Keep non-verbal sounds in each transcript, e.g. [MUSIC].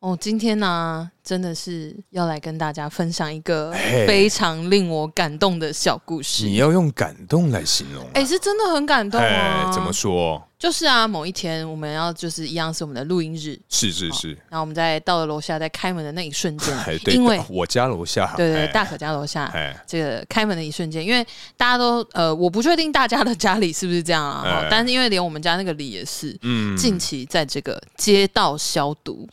哦，今天呢、真的是要来跟大家分享一个嘿非常令我感动的小故你事。要用感动来形容、啊。哎、是真的很感动啊！哎怎么说？就是啊，某一天我们要就是一样是我们的录音日，是是是，然后我们在到了楼下，在开门的那一瞬间哎，，对，因为我家楼下，对对哎对，大可家楼下，哎，这个开门的一瞬间，因为大家都呃，我不确定大家的家里是不是这样啊，哈哎但是因为连我们家那个里也是，嗯，近期在这个街道消毒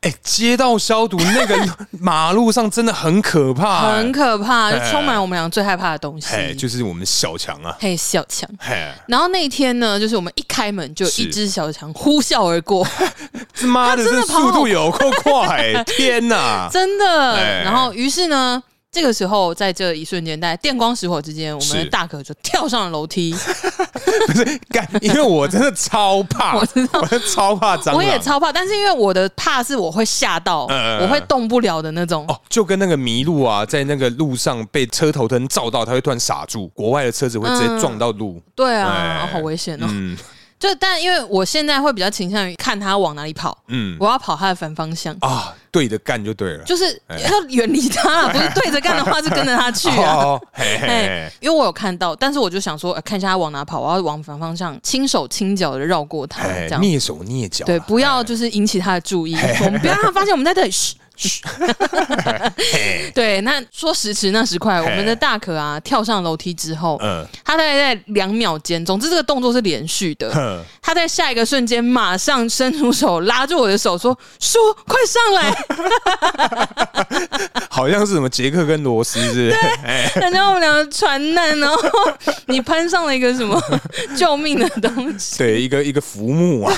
哎，街道消毒那 [LAUGHS] 个马路上真的很可怕、哎很可怕，就哎充满我们俩最害怕的东西，哎，就是我们小强啊，嘿小强。哎，然后那一天呢，就是我们一开门就有一是只小强呼啸而过， [LAUGHS] 他妈的，真的这跑好速度有够快、 [LAUGHS] 哎天哪！真的。哎然后于是呢，这个时候在这一瞬间，在电光石火之间，我们的是大可就跳上了楼梯。不是干，因为我真的超怕， [LAUGHS] 我真的超怕蟑螂，我也超怕，但是因为我的怕是我会吓到，嗯嗯嗯我会动不了的那种。哦，就跟那个麋鹿啊，在那个路上被车头灯照到，它会突然傻住，国外的车子会直接撞到路。对啊，哎好危险哦！嗯就但因为我现在会比较倾向于看他往哪里跑，嗯我要跑他的反方向，啊，对着干就对了。就是要远离 [LAUGHS] 他，不是对着干的话是跟着他去啊。 [LAUGHS] 哦，嘿嘿哎嘿，因为我有看到，但是我就想说，呃看一下他往哪跑，我要往反方向，轻手轻脚的绕过他，哎这，样蹑手蹑脚啊，对，不要就是引起他的注意，我们不要让他发现我们在这里。嘘嘘 [LAUGHS] 对，那说时迟那时快，我们的大可啊跳上楼梯之后，嗯，他大概在两秒间，总之这个动作是连续的。哼他在下一个瞬间马上伸出手拉住我的手说：“叔，快上来 [LAUGHS] 好像是什么杰克跟罗斯 [LAUGHS] 是不是，哎，！”然后我们两个船难，然后你攀上了一个什么 [LAUGHS] 救命的东西。对，一个一个浮木 [LAUGHS] 啊。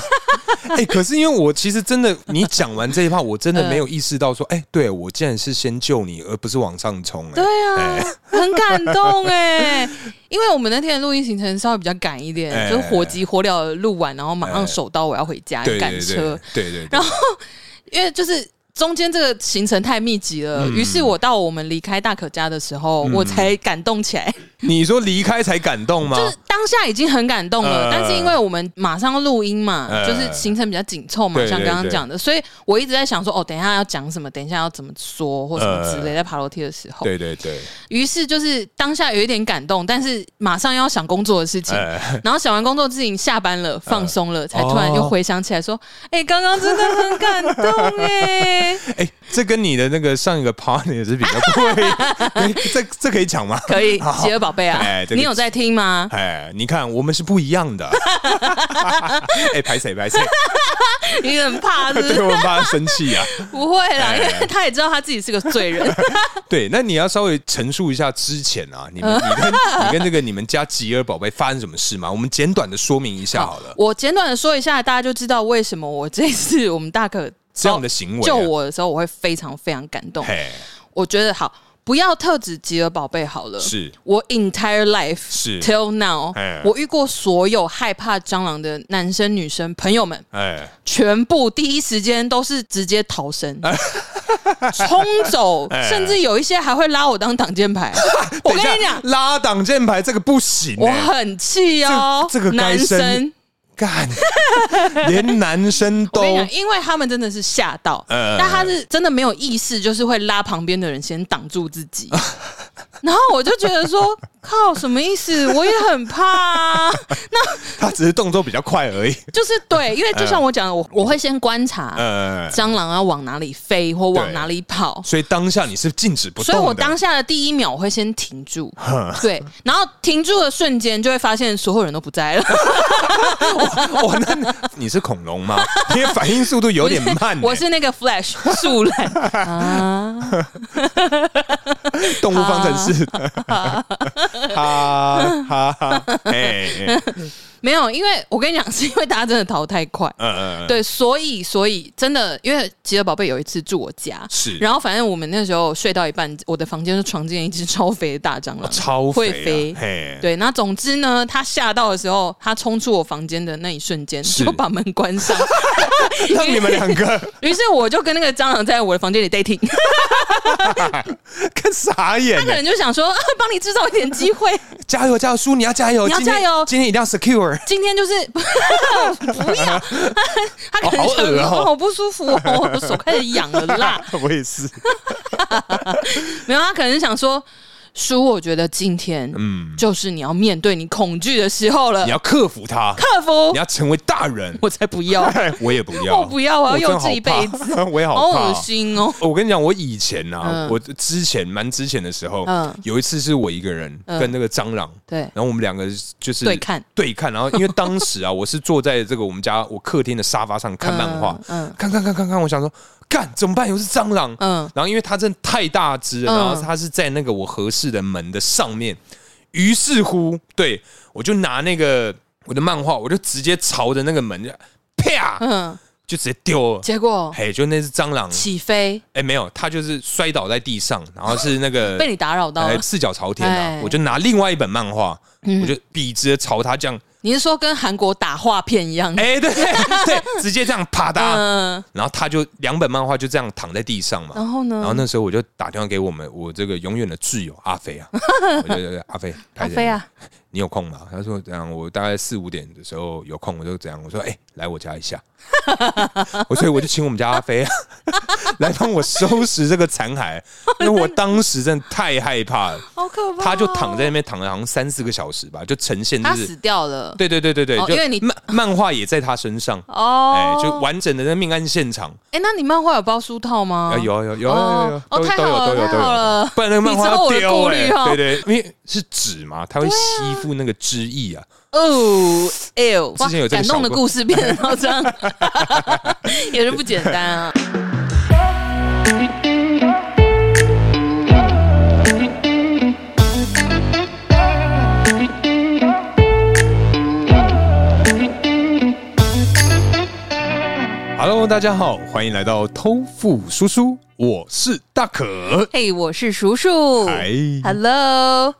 哎、可是因为我其实真的，你讲完这一趴，我真呃的没有意识到说，哎、对我竟然是先救你，而不是往上冲、对哎，啊，很感动哎、因为我们那天的录音行程稍微比较赶一点，哎就是火急火燎的录完，然后马上手刀我要回家对赶对对车，，对对对嗯然，后因为就是中间这个行程太密集了，于、是我到我们离开大可家的时候，我才感动起来。 [LAUGHS] 你说离开才感动吗？就是当下已经很感动了，呃但是因为我们马上要录音嘛，呃就是行程比较紧凑嘛，对对像刚刚讲的，所以我一直在想说，哦，等一下要讲什么，等一下要怎么说或什么之类，呃在爬楼梯的时候，对对对，于是就是当下有一点感动，但是马上要想工作的事情，哎，然后想完工作之情下班了，放松了，才突然又回想起来哦说，哎、刚刚真的很感动哎、 [LAUGHS] 哎，这跟你的那个上一个 partner 是比较不 [LAUGHS] 会，这这可以讲吗？可以，企鹅宝贝啊，哎这个你有在听吗？哎，你看我们是不一样的。 [LAUGHS] 哎，排谁排谁？ [LAUGHS] 你很怕是不对是？我们怕他生气啊。不会啦，哎因为他也知道他自己是个罪 [LAUGHS] 人。对，那你要稍微陈述一下之前啊，你们你 [LAUGHS] 跟你跟那个你们家吉尔宝贝发生什么事吗？我们简短的说明一下好了，我简短的说一下，大家就知道为什么我这次我们大可这样的行为、啊、救，我的时候，我会非常非常感动。嘿，我觉得好，不要特指吉尔宝贝好了，是我 entire life 是 till now，哎我遇过所有害怕蟑螂的男生女生朋友们，哎，全部第一时间都是直接逃生。冲走， [LAUGHS] 哎甚至有一些还会拉我当挡箭 [LAUGHS] 牌。我跟等一下你讲，拉挡箭牌这个不行、我欸，很气哦。这这个该男生生，干，连男生我跟你都讲，因为他们真的是吓到，呃但他是真的没有意识，就是会拉旁边的人先挡住自己。然后我就觉得 [LAUGHS] 说，靠，什么意思？我也很怕、啊。他只是动作比较快而已，就是对，因为就像我嗯讲的，我我会先观察呃，蟑螂要往哪里飞或往哪里跑，所以当下你是禁止不啊动的，所以我当下的第一秒我会先停住，对，然后停住的瞬间就会发现所有人都不在了。哇，那你是恐龙吗？ [LAUGHS] 你的反应速度有点慢、欸， [LAUGHS] 我是那个 Flash 树懒 [LAUGHS] 啊，动物方程式， [LAUGHS] 哈哈哈，哎，哎没有，因为我跟你讲，是因为大家真的逃太快。嗯嗯，对，所以所以真的，因为吉尔宝贝有一次住我家，是然后反正我们那时候睡到一半，我的房间就闯进了一只超肥的大蟑螂，啊超会飞肥啊，。嘿，对，那总之呢，它吓到的时候，它冲出我房间的那一瞬间，是就把门关上。 [LAUGHS] 让你们两个 [LAUGHS] 于是我就跟那个蟑螂在我的房间里 dating，看傻眼他可欸，能就想说，啊帮你制造一点机 [LAUGHS] 会，加油加油，叔你要加油，你要今天加油今天一定要 secure。 [LAUGHS] 今天就是 [LAUGHS] 不要，他可能哦好想恶说，哦哦，我不舒服、哦，我手开始痒了啦。我也是，没有，他可能想说，叔，我觉得今天嗯，就是你要面对你恐惧的时候了你，要克服它，克服你。要哎成为大人。我才不要，我也不要，我不要我要幼稚一 [LAUGHS] 辈子，我也好好怕恶哦。心哦。我跟你讲，我以前啊，嗯我之前蛮之前的时候嗯，有一次是我一个人嗯跟那个蟑螂，对，然后我们两个就是对看对看，然后因为当 [LAUGHS] 时啊，我是坐在这个我们家我客厅的沙发上看漫画，嗯看看看看看，我想说干怎么办？又是蟑螂，嗯然后因为它真的太大只了，嗯然后它是在那个我合适的门的上面，于是乎，对我就拿那个我的漫画，我就直接朝着那个门啪，嗯，就直接丢了。结果嘿，就那只蟑螂，起飞哎，没有，它就是摔倒在地上，然后是那 [LAUGHS] 个被你打扰到哎了。四脚朝天啊哦哎！嗯我就拿另外一本漫画，我就笔直的朝它这样，你是说跟韩国打画片一样？哎，对 [LAUGHS] 对，直接这样啪嗒，嗯，哦然后它就两本漫画就这样躺在地上嘛。然后呢？然后那时候我就打电话给我们我这个永远的挚友阿 [LAUGHS] 飞啊，我就阿飞，阿拍着飞啊，你有空吗？他说这样，我大概四五点的时候有空，我就这样，我说哎、来我家一下， [LAUGHS] 我所以我就请我们家阿飞啊 [LAUGHS] 来帮我收拾这个残 [LAUGHS] 骸，因为我当时真的太害怕了，好可怕哦！他就躺在那边躺了好像三四个小时吧，就呈现就他是死掉了。对对对对对，哦就因为你 [LAUGHS] 漫漫画也在他身上。哎、哦，就完整的那命案现场哎，那你漫画有包书套吗？啊，有啊有啊有啊有啊有哦啊，哦，都太都有好都了，有太都有好，了。不然那个漫画你知道要我的丢顾哎、虑哦对对，因为是纸嘛，它会吸附那个汁液啊，哦，哎呦，之前有这个感动的想过故事变成到这 [LAUGHS] 样，也是不简单啊。 Hello，大家好，欢迎来到偷富叔叔，我是大可。嘿，我是叔叔哎，Hello，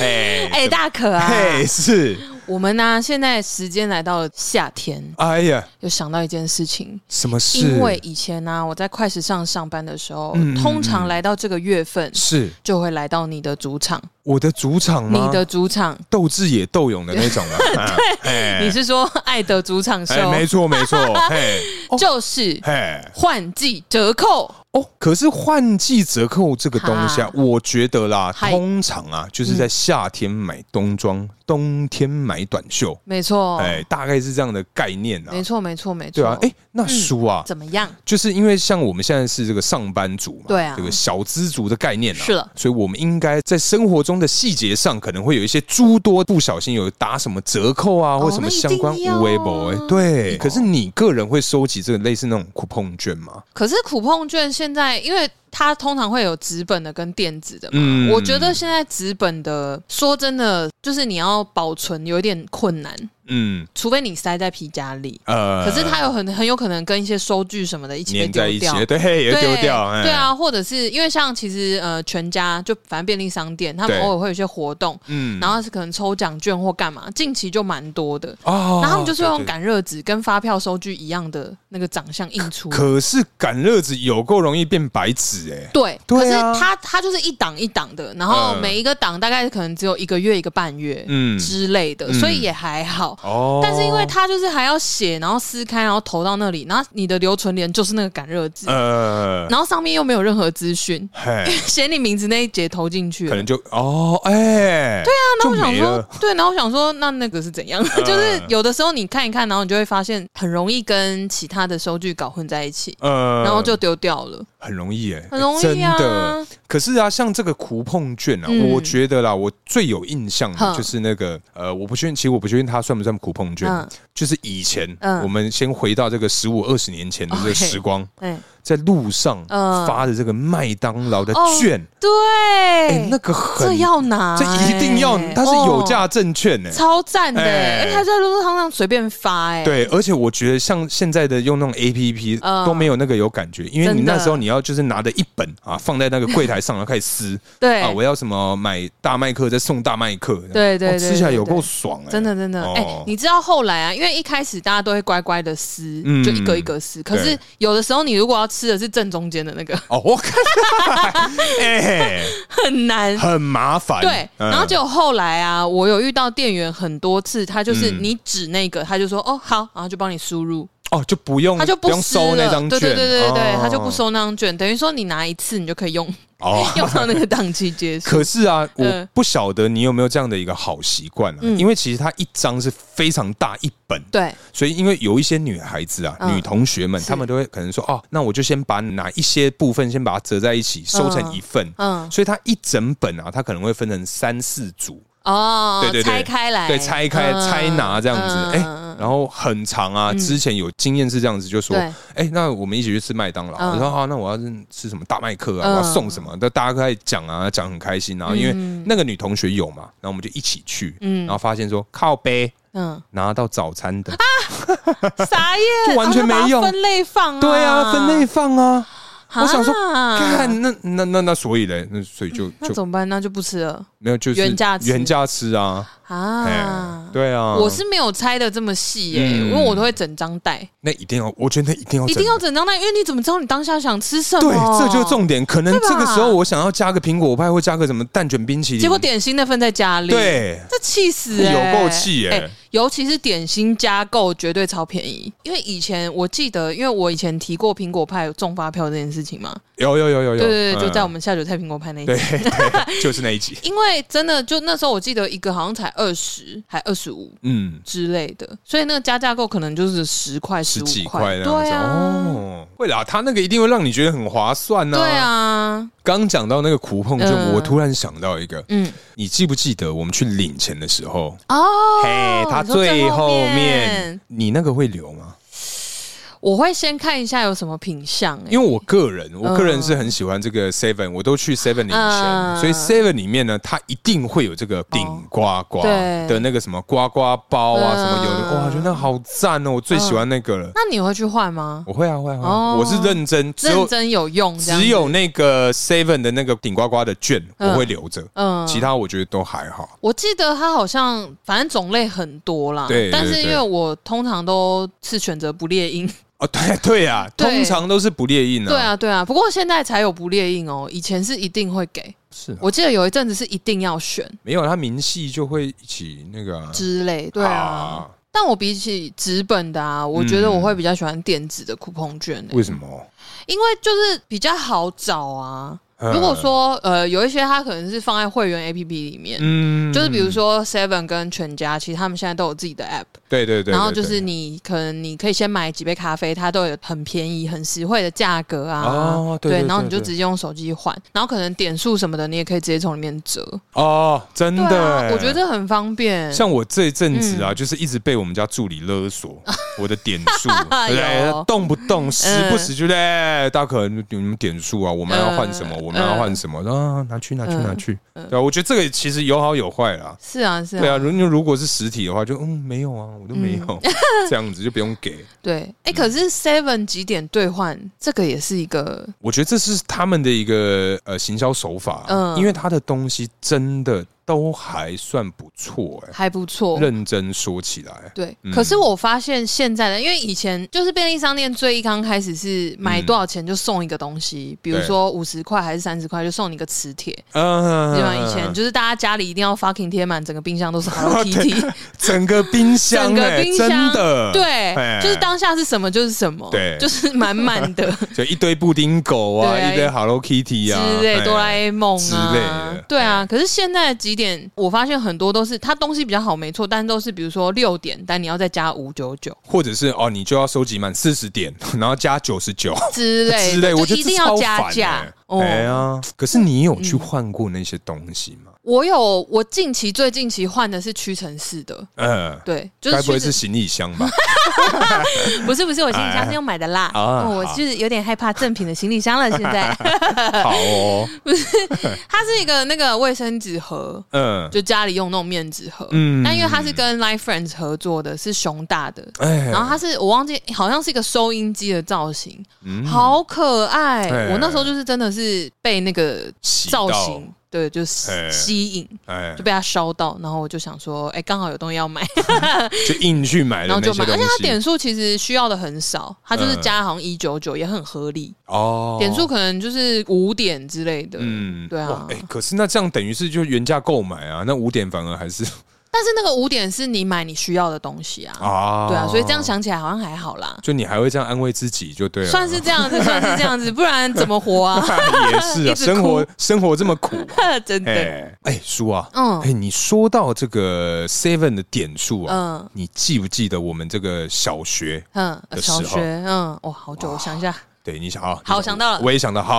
哎 [LAUGHS] 哎，大可啊，嘿是，我们呢现在时间来到了夏天，哎呀，有想到一件事情，什么事？因为以前呢、我在快时尚上班的时候，嗯嗯通常来到这个月份是就会来到你的主场，我的主场吗？你的主场，斗智也斗勇的那种 [LAUGHS] 啊。对，哎你是说爱的主场秀，哎，没错没 [LAUGHS] 错，嘿哦就是嘿换季折扣，哦，可是换季折扣这个东西啊哈，我觉得啦，嗨通常啊，就是在夏天买冬装，冬天买短袖，没错，哎，大概是这样的概念啊哦没。错，嗯没错，没错，对啊，哎，那叔啊，怎么样？就是因为像我们现在是这个上班族嘛，对啊这个小资族的概念啊，是了所以我们应该在生活中的细节上，可能会有一些诸多不小心有打什么折扣啊，哦或什么相关那一定要啊哦无微博，哎，对。可是你个人会收集这个类似那种 coupon 券吗？可是苦碰券现在，因为它通常会有纸本的跟电子的嘛，嗯我觉得现在纸本的，说真的，就是你要保存有一点困难，嗯，除非你塞在皮夹里。呃，可是它有很很有可能跟一些收据什么的一起被粘丢在一掉起，，对，也对丢掉，哎对，啊，或者是因为像其实呃，全家就反正便利商店，他们对偶尔会有一些活动，嗯然后是可能抽奖券或干嘛，近期就蛮多的。哦然后他们就是用对对感热纸跟发票收据一样的那个长相印出，可是赶热子有够容易变白纸，哎，对，可对是啊它它就是一档一档的，然后嗯每一个档大概可能只有一个月一个半月，嗯之类的，嗯所以也还好。哦但是因为它就是还要写，然后撕开，然后投到那里，然后你的留存联就是那个感热纸，呃，然后上面又没有任何资讯， [LAUGHS] 嘿，写你名字那一节投进去了可能就哦，哎，对啊，那我就想没了嗯说， [LAUGHS] 对，然后我想说，那那个是怎样？ [LAUGHS] 就是有的时候你看一看，然后你就会发现很容易跟其他的收据搞混在一起，呃，然后就丢掉了。很容易哎、很容易啊真的。可是啊，像这个คู碰券啊，嗯我觉得啦，我最有印象的哼就是那个呃，我不确定，其实我不确定它算不算คู碰券，嗯就是以前、嗯我们先回到这个十五二十年前的这个 OK 时光，哎，在路上嗯发的这个麦当劳的哦券，对，哎、那个很这要拿、这一定要哎，它是有哦价证券哎、超赞的、哎欸，哎、他在路上上随便发、哎，，对，而且我觉得像现在的用那种 A P P 嗯都没有那个有感觉，因为你真的那时候你要就是拿着一本啊，放在那个柜台上，然后开始撕，对啊，我要什么买大麦克再送大麦克，对对哦对吃起来对有够对爽哎，真的真的，哎、哦你知道后来啊，因为一开始大家都会乖乖的撕，嗯就一个一个撕，可是对有的时候你如果要吃的是正中间的那个， [LAUGHS] 哦，我看， [LAUGHS] 哎、很难。很麻烦。对，嗯然后结果后来啊，我有遇到店员很多次，他就是嗯你指那个，他就说哦好，然后就帮你输入，哦，就不用，他就不用撕收那了。张对券，对对对对，哦他就不。收那张券，等于说你拿一次你就可以用哦， [LAUGHS] 用到那个档期结束。 [LAUGHS] 可是啊，我嗯不晓得你有没有这样的一个好习惯啊，嗯因为其实它一张是非常大一本。对，所以，因为有一些女孩子啊，嗯女同学们，是她们都会可能说，哦，那我就先把哪一些部分先把它折在一起，收成一份。嗯所以它一整本啊，它可能会分成三四组，哦，对对对拆开来，对，拆开、嗯拆拿这样子，嗯哎、嗯然后很长啊。之前有经验是这样子，就说，对哎、那我们一起去吃麦当劳。嗯我说啊，那我要是吃什么大麦克啊，嗯我要送什么？那大家开始讲啊，讲很开心啊，因为那个女同学有嘛，然后我们就一起去，然后发现说靠背嗯，拿到早餐的，傻眼， [LAUGHS] 就完全啊他把它没用分类放，对啊，分类。放啊。啊嗯我想说，看那那那那，所以嘞，那所以就那就怎么办？那就不吃了没有就是原价吃原价吃啊，哎啊，！对啊，我是没有拆的这么细耶、因嗯为我都会整张带，那一定要，我觉得那一定要一定整要整张带，因为你怎么知道你当下想吃什么？对，这就是。重点。可能对吧这个时候我想要加个苹果派，或加个什么蛋卷冰淇淋，结果点心那份在家里，，对这气死、欸， [LAUGHS] 有够气耶哎尤其是点心加购，绝对超便宜。因为以前我记得，因为我以前提过苹果派有中发票这件事情嘛，有有有有有，对对对，就在我们们下酒菜苹果派那一集哦嗯对对， [LAUGHS] 就是那一集。因为真的就那时候我记得一个好像才二十，还二十五嗯，之类的，所以那个加价购可能就是十块、十五几块，块那样对子、啊。哦，会啦，他那个一定会让你觉得很划算呢、对。啊，刚讲到那个苦碰，就嗯我突然想到一个，嗯，你记不记得我们去领钱的时候，哦，嘿，他你说最最后后面嗯面，你那个会留吗？我会先看一下有什么品相、欸，因为我个人，我嗯个人是很喜欢这个 Seven，我都去 Seven 领钱，嗯所以 Seven 里面呢，它一定会有这个顶呱呱对的那个什么呱呱包啊，嗯什么有的，哇，我觉得那好赞哦，我最喜欢那个了。那你会去换吗？我会啊，会啊，会啊哦我是认真，只认有真有用这样子，只有那个 Seven 的那个顶呱呱的券嗯我会留着，嗯其他我觉得都还好。我记得它好像反正种类很多啦，对对但是对因为我通常都是选择不列印，哦，对对啊，对通常都是不列印啊，对，啊对啊，不过现在才有不列印哦，以前是一定会给，是啊我记得有一阵子是一定要选没有，它明细就会一起那个啊之类，对啊啊。嗯但我比起纸本的啊，我觉得我会比较喜欢电子的酷碰券、欸为什么？因为就是比较好找啊。嗯如果说呃有一些它可能是放在会员 APP 里面，嗯就是比如说 Seven 跟全家，其实他们现在都有自己的 App，对对对，然后就对对是你可能你可以先买几杯咖啡，它都有很便宜、很实惠的价格啊。哦对对对然后你就对直接用手机换，然后可能点数什么的，你也可以直接从里面折。哦，真的对啊，欸、我觉得嗯很方便。像我这一阵子啊，就是一直被我们家助理 [LAUGHS] 勒索我的点数，对不有嗯对，动不动时不时就哎，大可你们点数啊，我们要换什么，嗯我们要换什么啊，拿去拿去嗯拿去，对啊，我觉得这个其实有好有坏啦。是啊，是啊，对啊，如如果是实体的话，就嗯没有啊，我都没有，嗯这样子就不用给。对，哎、可是 Seven 几点兑换，这个也是一个我觉得这是他们的一个呃行销手法啊，嗯因为他的东西真的都还算不错，哎，还不错。认真说起来，对，嗯可是我发现现在的，因为以前就是便利商店最一刚开始是买嗯多少钱就送一个东西，比如说五十块还是三十块就送你一个磁铁，嗯，对吧？以前就是大家家里一定要 fucking 贴满整个冰箱都是 [LAUGHS] Hello Kitty，整个冰箱、整个欸，冰箱真的，对哎，就是当下是什么就是什么，对就是满满 [LAUGHS] 的就一堆布丁狗啊，对啊一堆 Hello Kitty 啊之类，哎哆啦 A 梦之类啊的，哎对啊。可是现在的几点，我发现很多都是它东西比较好，没错，但都是比如说六点，但你要再加五九九或者是哦，你就要收集满四十点， [LAUGHS] 然后加九十九之类的， [LAUGHS] 之类，我觉就得一这定要超加烦价欸。哦，嗯哎呀，可是你有去换过那些东西吗？我有，我近期最近期换的是屈臣氏的，呃，对，就该是不会屈是臣行李箱吧？不是不是我行李哎箱是用买的啦，啊哦我好就是有点害怕正品的行李箱了。现 [LAUGHS] 在好哦，它是一个那个卫生纸盒，嗯，就家里用那种面纸盒，嗯但因为它是跟 Life Friends 合作的，是熊大的。哎然后它是我忘记，好像是一个收音机的造型，嗯好可爱哎。我那时候就是真的是被那个洗到造型对，就是哎吸引，哎就，被他烧到，然后我就想说，哎、刚好有东西要 [LAUGHS] 买，就硬去买然了后那就些买。东而且他西点数其实需要的很少，他就是嗯加好像一九九，也很合理。哦，点数可能就是五点之类的，嗯对啊哇哎，可是那这样等于是就原价购买啊，那五点反而 [LAUGHS] 还是但是那个五点是你买你需要的东西啊，啊，对啊，所以这样，想起来好像还好啦，就你还会这样安慰自己，就对了，啊 [LAUGHS] 算是这样子， [LAUGHS] 算是这样子，不然怎么活啊？ [LAUGHS] 也是一啊，直生活哭生活这么 [LAUGHS] 苦啊，真的，哎哎，叔啊，嗯哎，你说到这个 Seven 的点数啊，嗯你记不记得我们这个小学？嗯，的时小候学，嗯，哇，好久，我想一下，对你想啊，好你想到了我也想 [LAUGHS] 到好。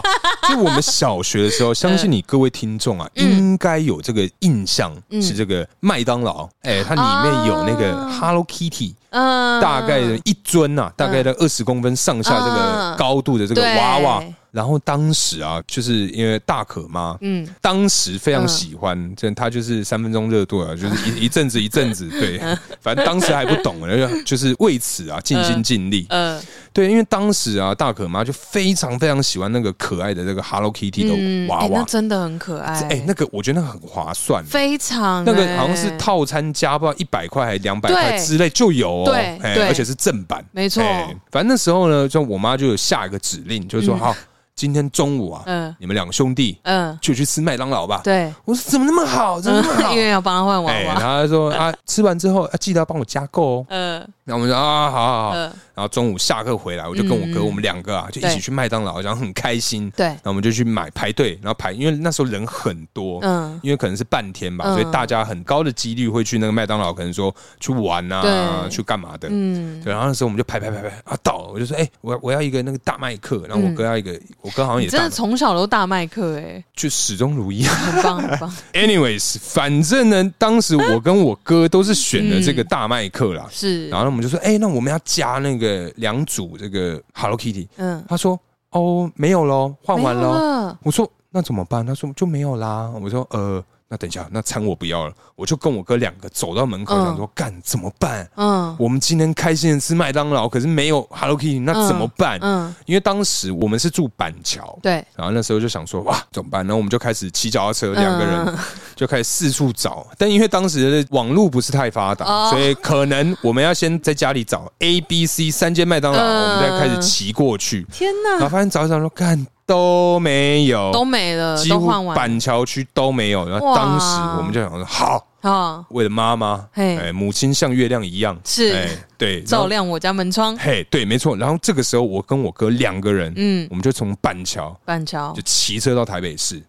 就我们小学的时候，相信你各位听众啊，嗯应该有这个印象，嗯是这个麦当劳，哎，它里面有那个啊 Hello Kitty，嗯，大概一尊啊，大概在二十公分上下这个嗯高度的这个娃娃对。然后当时啊，就是因为大可妈，嗯，当时非常嗯喜欢，真的她就是三分钟热度啊，就是 [LAUGHS] 一一阵子一阵子，对，嗯反正当时还不懂，然后就是为此啊尽心尽力。呃，对，因为当时啊，大可妈就非常非常喜欢那个可爱的这个 Hello Kitty 嗯，的娃哎那娃，真的很可爱，哎、那个我觉得那个很划算。非常，那个好像是哎套餐加不知道一百块还是两百块对之类就有哦，对哎对而且是正版，没错哎反正那时候呢，就我妈就有下一个指令，就是说，好，今天中午啊，嗯你们两兄弟嗯，就去吃麦当劳吧。对，我说怎么那么好，怎么嗯 [LAUGHS] 那么好因？为要帮他换娃哎，然后娃，她说啊，吃完之后啊，记得要帮我加购哦。呃然后我们说啊，好好好，呃，然后中午下课回来，我就跟我哥，嗯我们两个啊，就一对起去麦当劳，然后很开心。对，然后我们就去买排队，然后排，因为那时候人很多，嗯，因为可能是半天吧，嗯所以大家很高的几率会去那个麦当劳，可能说去玩啊，对去干嘛的。嗯，对，然后那时候我们就排排排排啊，到了我就说，哎、我要我要一个那个大麦克，然后我哥要一个，我哥好像你也真大的麦，从小都大麦克，哎，就始终如一。很棒，很棒， [LAUGHS] Anyways，反正呢，当时我跟我哥都是选了这个大麦克啦，嗯是然，后呢我们就说，哎、那我们要加那个两组这个 Hello Kitty，嗯，他说，哦，没有喽，换完没有啊喽。了，我说那怎么办？他说就没有啦。我说呃，那等一下，那餐我不要了。我就跟我哥两个走到门口，嗯想说干怎么办？嗯我们今天开心的吃麦当劳，可是没有 Hello Kitty，那怎么办？嗯，因为当时我们是住板桥，对，然后那时候就想说哇怎么办？然后我们就开始骑脚踏车，两个人嗯就开始四处找。但因为当时的网络不是太发达，哦所以可能我们要先在家里找 A、B、C 三间麦当劳，嗯我们再开始骑过去。天 [LAUGHS] 然后哪，发现找一找说干都没有，都没了，哦几都乎换完板桥区都没有。然后当时我们就想说，好，啊，为了妈妈，嘿哎，母亲像月亮一样，是哎，对，然照后亮我家门窗，嘿，对，没错。然后这个时候，我跟我哥两个人，嗯哦我，们就从板桥板桥就，骑车到台北市，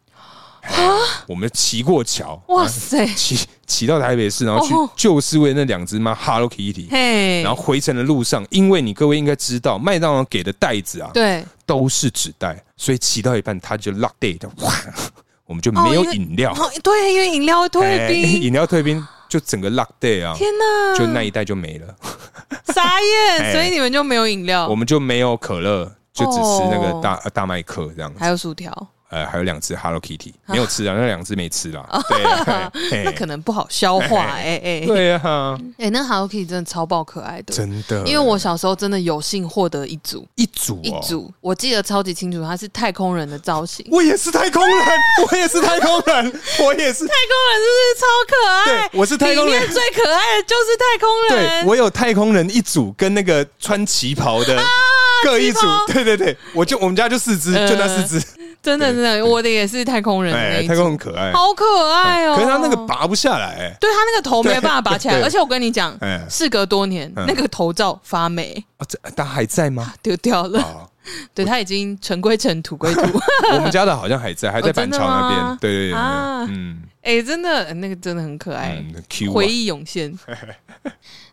嘿我们就骑过桥，啊哇然后塞，骑骑到台北市，然后去哦就是为那两只妈 Hello Kitty。嘿，然后回程的路上，因为你各位应该知道，麦当劳给的袋子啊，对，都是纸袋，所以骑到一半它就 lock day [LAUGHS] 的，哇，我们就没有哦因为饮料，哦，对，因为饮料会退哎饮冰，料退冰就整个 lock day 啊，天哪，就那一袋就没了，傻哎眼，所以你们就没有饮料我，们就没有可乐，就只吃那哦个大、大麦克这样子还，有薯条，呃，还有两只 Hello Kitty 没有吃啊，那两只没吃啦，对，哦 [LAUGHS] 那可能不好消化，哎哎嘿哎对啊，哎，那 Hello Kitty 真的超爆可爱的。真的，因为我小时候真的有幸获得一组一组、哦、一，组，我记得超级清楚，它是太空人的造型，我也是太空人，我也是太空人，我也是，太空人是不是超可爱？对我是太空人里面最可爱的就是太空对人。我有太空人一组跟那个穿旗袍的各一组啊旗袍，对对对，我就我们家就四只，呃就那四只，真的真的，我的也是太空人的那哎，嗯一太种空很可爱，好可爱哦、可是他那个，拔不下来，哎对他那个头没办法拔起来，对而且我跟你讲哎，事隔多年，嗯那个头罩发霉啊，这他还在 [LAUGHS] 吗？丢掉了，啊，对他已经尘归尘，土 [LAUGHS] 归土。我们家的好像还在，还在啊哦真板的桥那边吗，对对对对，啊嗯哎、真的，那个真的很可爱，嗯，Q 啊回忆哦涌 [LAUGHS] 现。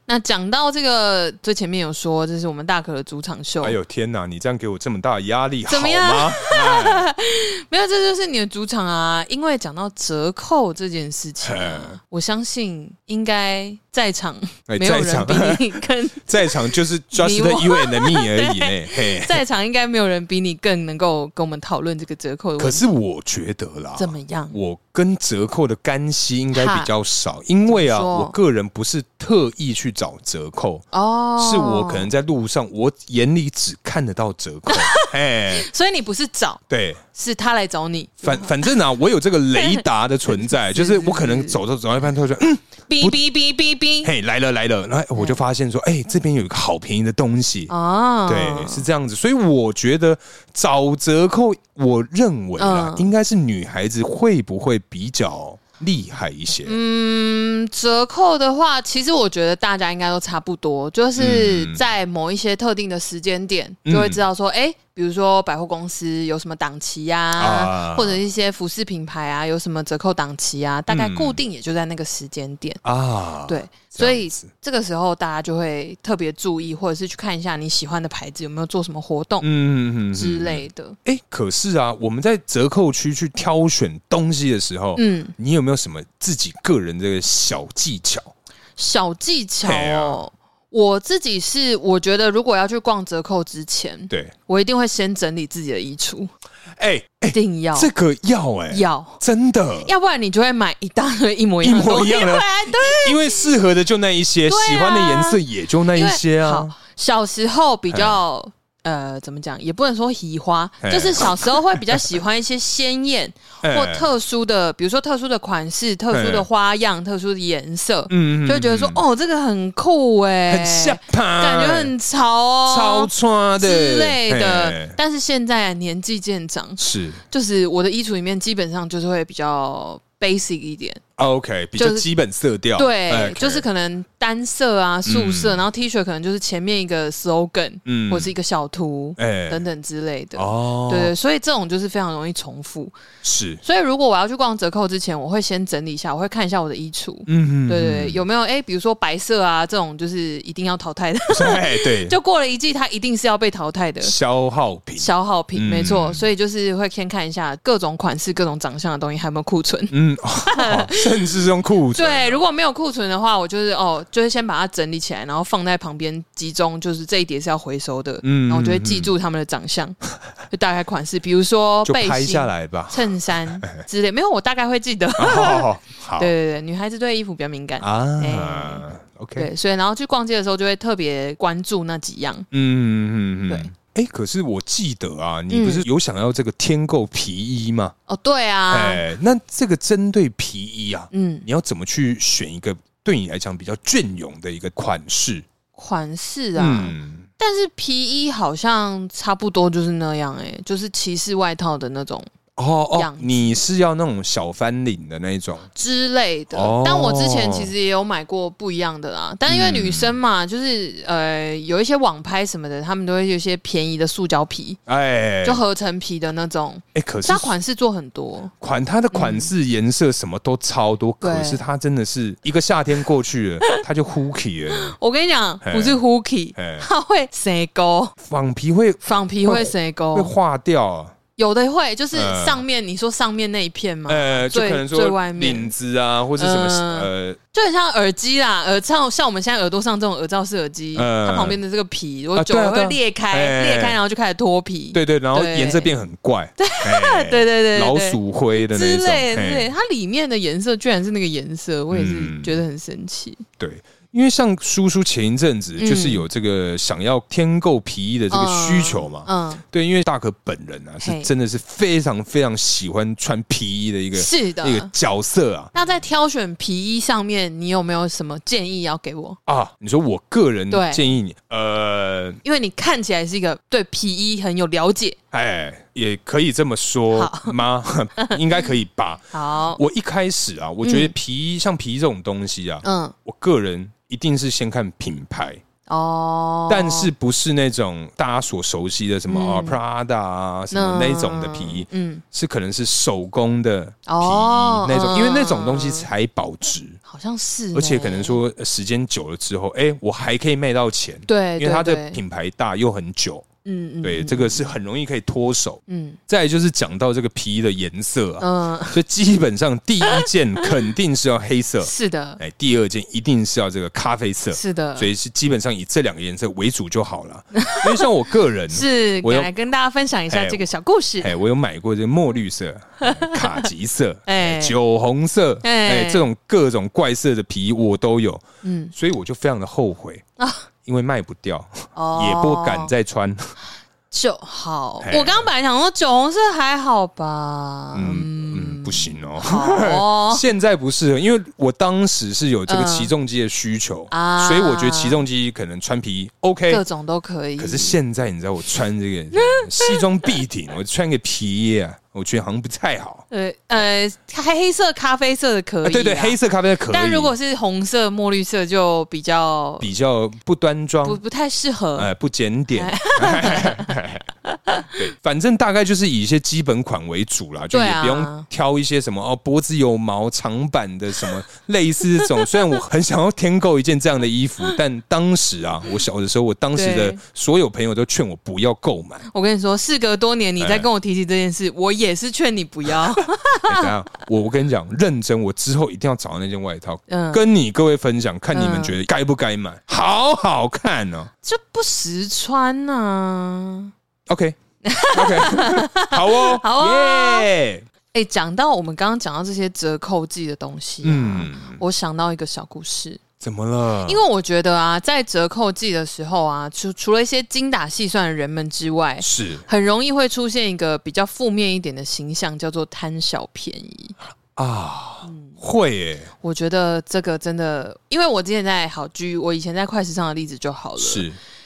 那讲到这个，最前面有说，这是我们大可的主场秀，哎呦天哪，你这样给我这么大的压力，好怎么样吗？哎没有，这就是你的主场啊。因为讲到折扣这件事情啊、我相信应该在场哎没有在场人比你更在场就是 [LAUGHS] just 你我 you and me 而 [LAUGHS] 已呢，嘿。在场应该没有人比你更能够跟我们讨论这个折扣的可问题是我觉得啦，怎么样？我跟折扣的干系应该比较少，因为啊，怎么说我个人不是特意去找折扣，哦，啊是我可能，在路上，我眼里只看得到折 [LAUGHS] 扣。哎，所以你不是找，对，是他来找你，反反正啊，我有这个雷达的存 [LAUGHS] 在，就是我可能走着走到一半，突然觉得嗯，哔哔哔哔哔，嘿，来了来了，然后我就发现说，哎，这边有一个好便宜的东西。嗯哦，对，是这样子，所以我觉得找折扣，我认为啊，嗯应该是女孩子会不会比较厉害一些？嗯，折扣的话，其实我觉得大家应该都差不多，就是嗯在某一些特定的时间点，就会知道说，哎、比如说百货公司有什么档期呀、啊或者一些服饰品牌啊有什么折扣档期啊，大概嗯固定也就在那个时间点。啊，对，这所以样子这个时候大家就会特别注意，或者是去看一下你喜欢的牌子有没有做什么活动嗯，嗯嗯嗯嗯之类的。哎、可是啊，我们在折扣区去挑选东西的时候，嗯，你有没有什么自己个人这个小技巧？小技巧嘿啊哦，我自己是我觉得如果要去逛折扣之前，对，我一定会先整理自己的衣橱，哎、一定要这个要哎、哦要，真的，要不然你就会买一大堆一模一样的一模东一西样回的来。对，因为适合的就那一些，对啊喜欢的颜色也就那一因为些好啊。，哎小时候比较。呃，怎么讲也不能说喜花，嘿就是小时候会比较喜欢一些鲜艳 [LAUGHS] 哎或特殊的，比如说特殊的款式、特殊嘿的花样、特殊的颜色，嗯就会觉得说，哦，这个很酷哎、很下盘，感觉很潮哦，超穿的哎之类的嘿。但是现在年纪渐长，是就是我的衣橱里面基本上就是会比较 basic 一点，啊 OK，比较就是基本色调，对哦哎 OK 就是可能单色啊、素色，然后 T 恤可能就是前面一个 slogan，嗯或是一个小图、哎等等之类的。哦，对，对，所以这种就是非常容易重复。是，所以如果我要去逛折扣之前，我会先整理一下，我会看一下我的衣橱，嗯对对对，有没有哎、比如说白色啊这种就是一定要淘汰的， [LAUGHS] 对哎对， [LAUGHS] 就过了一季它一定是要被淘汰的。消耗品，小好评，嗯没错，所以就是会先看一下各种款式、各种长相的东西还有没有库存。嗯， [LAUGHS] 哦甚至是用库存，对，如果没有库存的话，我就是哦，就是先把它整理起来，然后放在旁边集中，就是这一叠是要回收的，嗯然后我就会记住他们的长相， [LAUGHS] 就大概款式，比如说就背拍心下、[LAUGHS] 来吧。衬 [LAUGHS] 衫之类，没有，我大概会记得。好好好好对对对，女孩子对衣服比较敏感，啊哎，OK，对，所以然后去逛街的时候就会特别关注那几样。嗯嗯嗯，对。哎，可是我记得啊，你不是有想要这个天购皮衣吗？哦，对啊，哎，那这个针对皮衣啊，嗯，你要怎么去选一个对你来讲比较隽永的一个款式？款式啊。嗯，但是皮衣好像差不多就是那样、欸，就是骑士外套的那种哦哦样，子你是要那种小翻领的那一种？之类的。哦但我之前其实也有买过不一样的啦，但因为女生嗯嘛，就是呃有一些网拍什么的，他们都会有一些便宜的塑胶皮，哎，就合成皮的那种，哎，可是它款式做很多。款它的款式、颜色什么都超多，嗯对可是它真的是一个夏天过去 [LAUGHS] 了，它就 hooky 了，我跟你讲，嘿不是 hooky，哎，它会塞钩，仿皮会仿皮会塞会钩，化掉啊，有的会就是嗯上面你说上面那一片嘛，呃，就最可能最说外面领子啊，或者什么嗯呃就很像耳机啦，耳罩像我们现在耳朵上这种耳罩式耳机，嗯它旁边的这个皮，如果啊久了对啊对会啊裂开，哎裂开然后就开始脱皮。对对，然后对颜色变很怪，对对对对对，对老鼠灰的那之种，哎类的嘿之类的，它里面的颜色居然是那个颜色，我也是嗯觉得很神奇。对，因为像叔叔前一阵子嗯就是有这个想要添购皮衣的这个需求嘛，嗯，对，因为大可本人啊嘿是真的是非常非常喜欢穿皮衣的一个是的。一个角色啊，那在挑选皮衣上面，你有没有什么建议要给我？啊，你说我个人对建议你，呃，因为你看起来是一个对皮衣很有了解。哎，也可以这么说吗？ [LAUGHS] 应该可以吧。好，我一开始啊，我觉得皮衣、像皮衣这种东西啊，嗯，我个人一定是先看品牌，哦，但是不是那种大家所熟悉的什么、啊嗯 Prada 啊什么那一种的皮衣，嗯，是可能是手工的皮衣、哦那种，因为那嗯种东西才保值。好像是呢，而且可能说呃时间久了之后，哎、我还可以卖到钱，对，因为它对的对品牌大又很久，嗯嗯，对，这个是很容易可以脱手。嗯再来就是讲到这个皮衣的颜色啊，嗯、 [LAUGHS] 所以基本上第一件 [LAUGHS] 肯定是要黑色，是的，哎，第二件一定是要这个咖啡色，是的所，以是基本上以这两个颜色为主就好了。 [LAUGHS] 因为像我个人，是我有来跟大家分享一下哎这个小故事。哎，我有买过这个墨绿色、哎卡其色、 [LAUGHS] 哎哎酒红色，哎哎，这种各种怪色的皮衣我都有，嗯，所以我就非常的后悔啊因为卖不掉，哦也不敢再穿。就好。哎我刚刚本来想说酒红色还好吧，嗯嗯，不行 [LAUGHS] 哦。，好哦 [LAUGHS] 现在不适合，因为我当时是有这个嗯起重机的需求，啊所以我觉得起重机可能穿皮衣 OK，各种都可以。哎可是现在你知道我穿这个 [LAUGHS] 西装笔挺，我穿个皮衣啊，我觉得好像不太好。呃呃，黑色、咖啡色的可以、啊对对，黑色。色咖啡可以，但如果是红色、墨绿色就比较比较不端不庄，不太适合。呃，不检点。哎 [LAUGHS] 对，反正大概就是以一些基本款为主啦，就对也啊不用挑一些什么哦，脖子有毛、长版的什么类似这种。虽 [LAUGHS] 然我很想要添购一件这样的衣服，但当时啊，我小的时候，我当时的对所有朋友都劝我不要购 [LAUGHS] 买。我跟你说，事隔多年，你再哎跟我提起这件事，我也是劝你不 [LAUGHS] 要。哎等一下，我我跟你讲，认真，我之后一定要找到那件外套，嗯跟你各位分享，看你们嗯觉得该不该买，好好看哦。这不实穿呐、 OK。OK，好哦， [LAUGHS] 好哦耶诶，哎、讲到我们刚刚讲到这些折扣季的东西、嗯，嗯，我想到一个小故事，怎么了？因为我觉得啊，在折扣季的时候啊，除除了一些精打细算的人们之外，是很容易会出现一个比较负面一点的形象，叫做贪小便宜。啊，会耶，我觉得这个真的，因为我之前在好居，我以前在快时尚的例子就好了。是，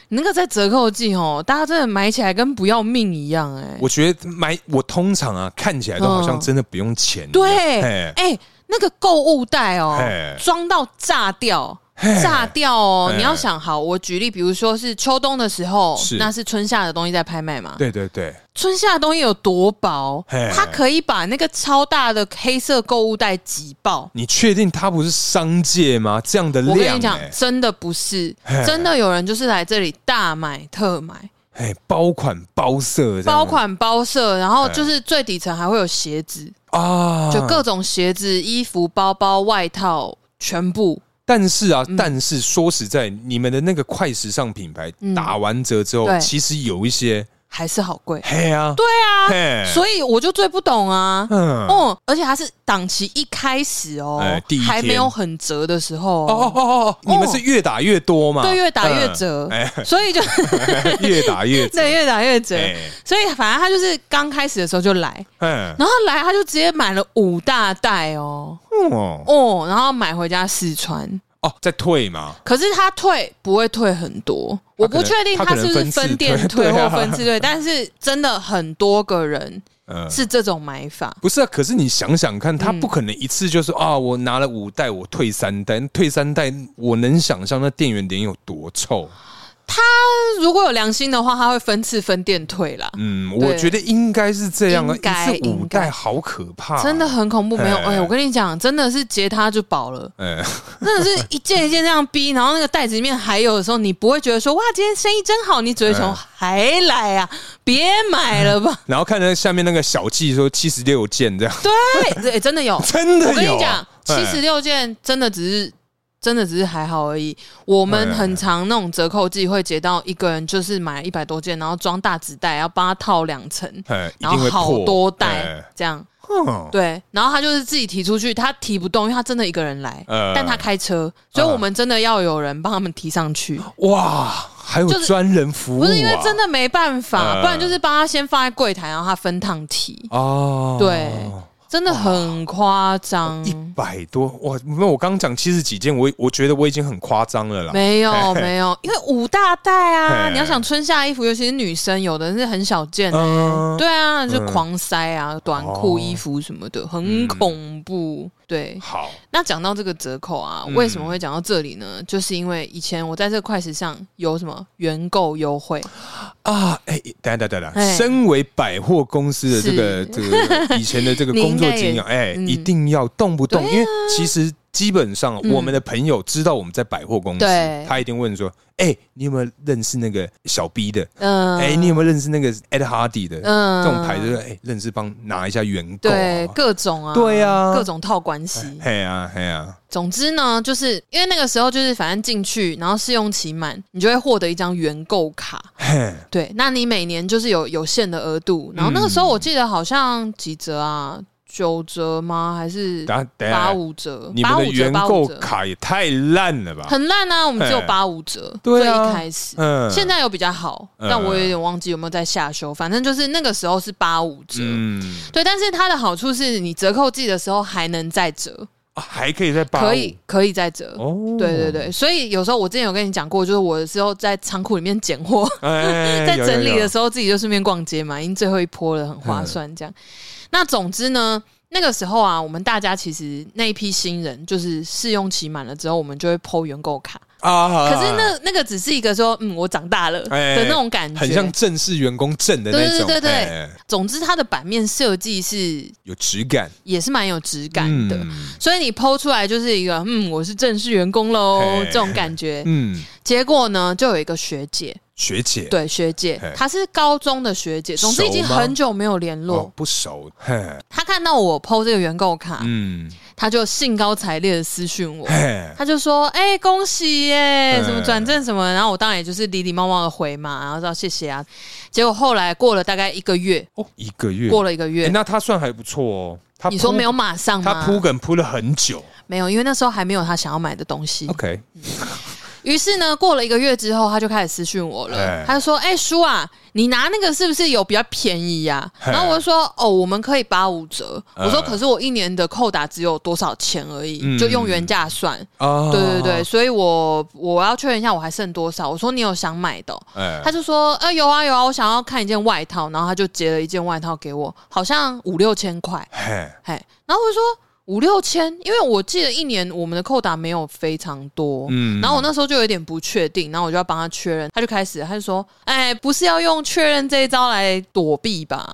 你那个在折扣季哦，大家真的买起来跟不要命一样哎、我觉得买我通常啊，看起来都好像真的不用钱一样，对，哎嘿、那个购物袋哦嘿，装到炸掉。炸掉哦！嘿你要想好，我举例，比如说是秋冬的时候，是那是春夏的东西在拍卖嘛。对对对，春夏的东西有多薄嘿，它可以把那个超大的黑色购物袋挤爆。你确定它不是商界吗？这样的我跟量你讲，耶，真的不是欸嘿，真的有人就是来这里大买特买，哎，包款包色这样，包款包色，然后就是最底层还会有鞋子，啊，就各种鞋子、衣服、包包、外套，全部。但是嗯啊，但是说实在，你们的那个快时尚品牌打完折之后，嗯对其实有一些还是好贵，嘿啊，对啊所以我就最不懂啊。嗯，哦哦，而且它是档期一开始哦，哎第一天还没有很折的时候哦嗯哦，哦哦，你们是越打越多嘛？对，越打越折，所以就嗯， [LAUGHS] 越打越折，对越打越折。哎哎所以反正他就是刚开始的时候就来，嗯，然后来他就直接买了五大袋哦，哦哦，然后买回家试穿。哦，在退嘛，可是他退不会退很多，我不确定他可他能是不是分他可能分次店退退对或啊分次退， [LAUGHS] 但是真的很多个人嗯，是这种买法。不是啊，可是你想想看，他嗯不可能一次就是、啊，我拿了五袋，我退三袋，退三袋，我能想象那店员脸有多臭。如果有良心的话，他会分次分店退啦。嗯，对我觉得应该是这样啊，应该一次五袋好可怕、啊真的，很恐怖，没有嘿哎、我跟你讲，真的是截他就饱了，嗯，真的是一件一件这样逼，然后那个袋子里面还有的时候，你不会觉得说哇，今天生意真好，你只会从嗯还来啊，别买了吧， [LAUGHS] 然后看着下面那个小记说七十六件这样， [LAUGHS] 对，哎真的有，我真的跟有你讲啊，，七十哎六件真的只是。真的只是还好而已。我们嗯很常那种折扣季会截到一个人就是买一百多件，然后装大纸袋，要帮他套两层，哎，一然定后会好破多袋哎这样。哼对，然后他就是自己提出去，他提不动，因为他真的一个人来，呃但他开车，所以呃我们真的要有人帮他们提上去，哇，还有就是专人服务、不啊是因为真的没办法，呃不然就是帮他先放在柜台，然后他分趟提，哦，对真的很夸张。一百多哇！没有，我刚讲七十几件，我我觉得我已经很夸张了啦。没有没有，因为五大袋啊，啊嘿你要想春夏衣服，尤其是女生，有的是很小件、欸，嗯，对啊，就狂塞啊，短裤、哦衣服什么的，很恐怖。对，好，那讲到这个折扣啊，嗯为什么会讲到这里呢？就是因为以前我在这个快时尚有什么原购优惠，啊，哎、等一下等一下等一哎下，身为百货公司的这个这个以前的这个工作经 [LAUGHS] 你应验，该哎、嗯一定要动不动，因为其实基本上我们的朋友知道我们在百货公司对，他一定问说：“哎，你有没有认识那个小 B 的？嗯，哎，你有没有认识那个 Ed Hardy 的？”嗯这种牌就是哎，认识帮拿一下原购对啊。各种啊，对啊各种套关系。嘿啊嘿啊，总之呢，就是因为那个时候就是反正进去，然后试用期满，你就会获得一张原购卡。嘿，对，那你每年就是有有限的额度。然后那个时候我记得好像几折啊，九折吗？还是等下等八下，五折？嗯你八们的五折，原八购五折，卡也太烂了吧？很烂啊！我们只有嘿八五折，对啊最一开始。嗯现在有比较好，嗯但我有点忘记有没有在下修。反正就是那个时候是八五折，嗯对。但是它的好处是你折扣季的时候还能再折，啊还可以再八五可以可以再折。哦，对对，对，所以有时候我之前有跟你讲过，就是我之后在仓库里面捡货， [LAUGHS] 哎，在整理的时时候自己就顺便逛街嘛，因为最后一波了，很划算这样。那总之呢，那个时候啊，我们大家其实那一批新人，就是试用期满了之后，我们就会剖原购卡。候啊，可是那那个只是一个说，嗯，我长大了哎的那种感觉，很像正式员工证的那种，对对对对哎总之，它的版面设计是有质感，也是蛮有质感的，嗯所以你剖出来就是一个嗯，我是正式员工喽嘿这种感觉。嗯，结果呢，就有一个学姐，学姐，对学姐嘿，她是高中的学姐，总之已经熟吗很久没有联哦，络。不熟，嘿，她看到我剖这个原购卡，嗯，她就兴高采烈的私讯我。嘿，她就说：“哎、恭喜耶，嗯什么转正什么。”然后我当然也就是礼礼貌貌的回嘛，然后说谢谢啊。结果后来过了大概一个月，哦，一个月，过了一个月，哎那他算还不错哦，他你说铺没有？马上吗？他铺梗铺了很久没有，因为那时候还没有他想要买的东西。 ，OK，于是呢，过了一个月之后，他就开始私讯我了哎。他就说：“哎、叔啊，你拿那个是不是有比较便宜呀、嘿然后我就说：“哦，我们可以八五折。”嗯我说：“可是我一年的扣打只有多少钱而已，嗯就用原价算。啊对对对，，所以我我要确认一下我还剩多少。我说：“你有想买的哦、哎他，就说：“呃，有啊有啊，我想要看一件外套。”然后他就截了一件外套给我，好像五六千块。嘿，哎，然后我就说五六千，因为我记得一年我们的扣打没有非常多，嗯然后我那时候就有点不确定，然后我就要帮他确认，他就开始他就说，哎，不是要用确认这一招来躲避吧？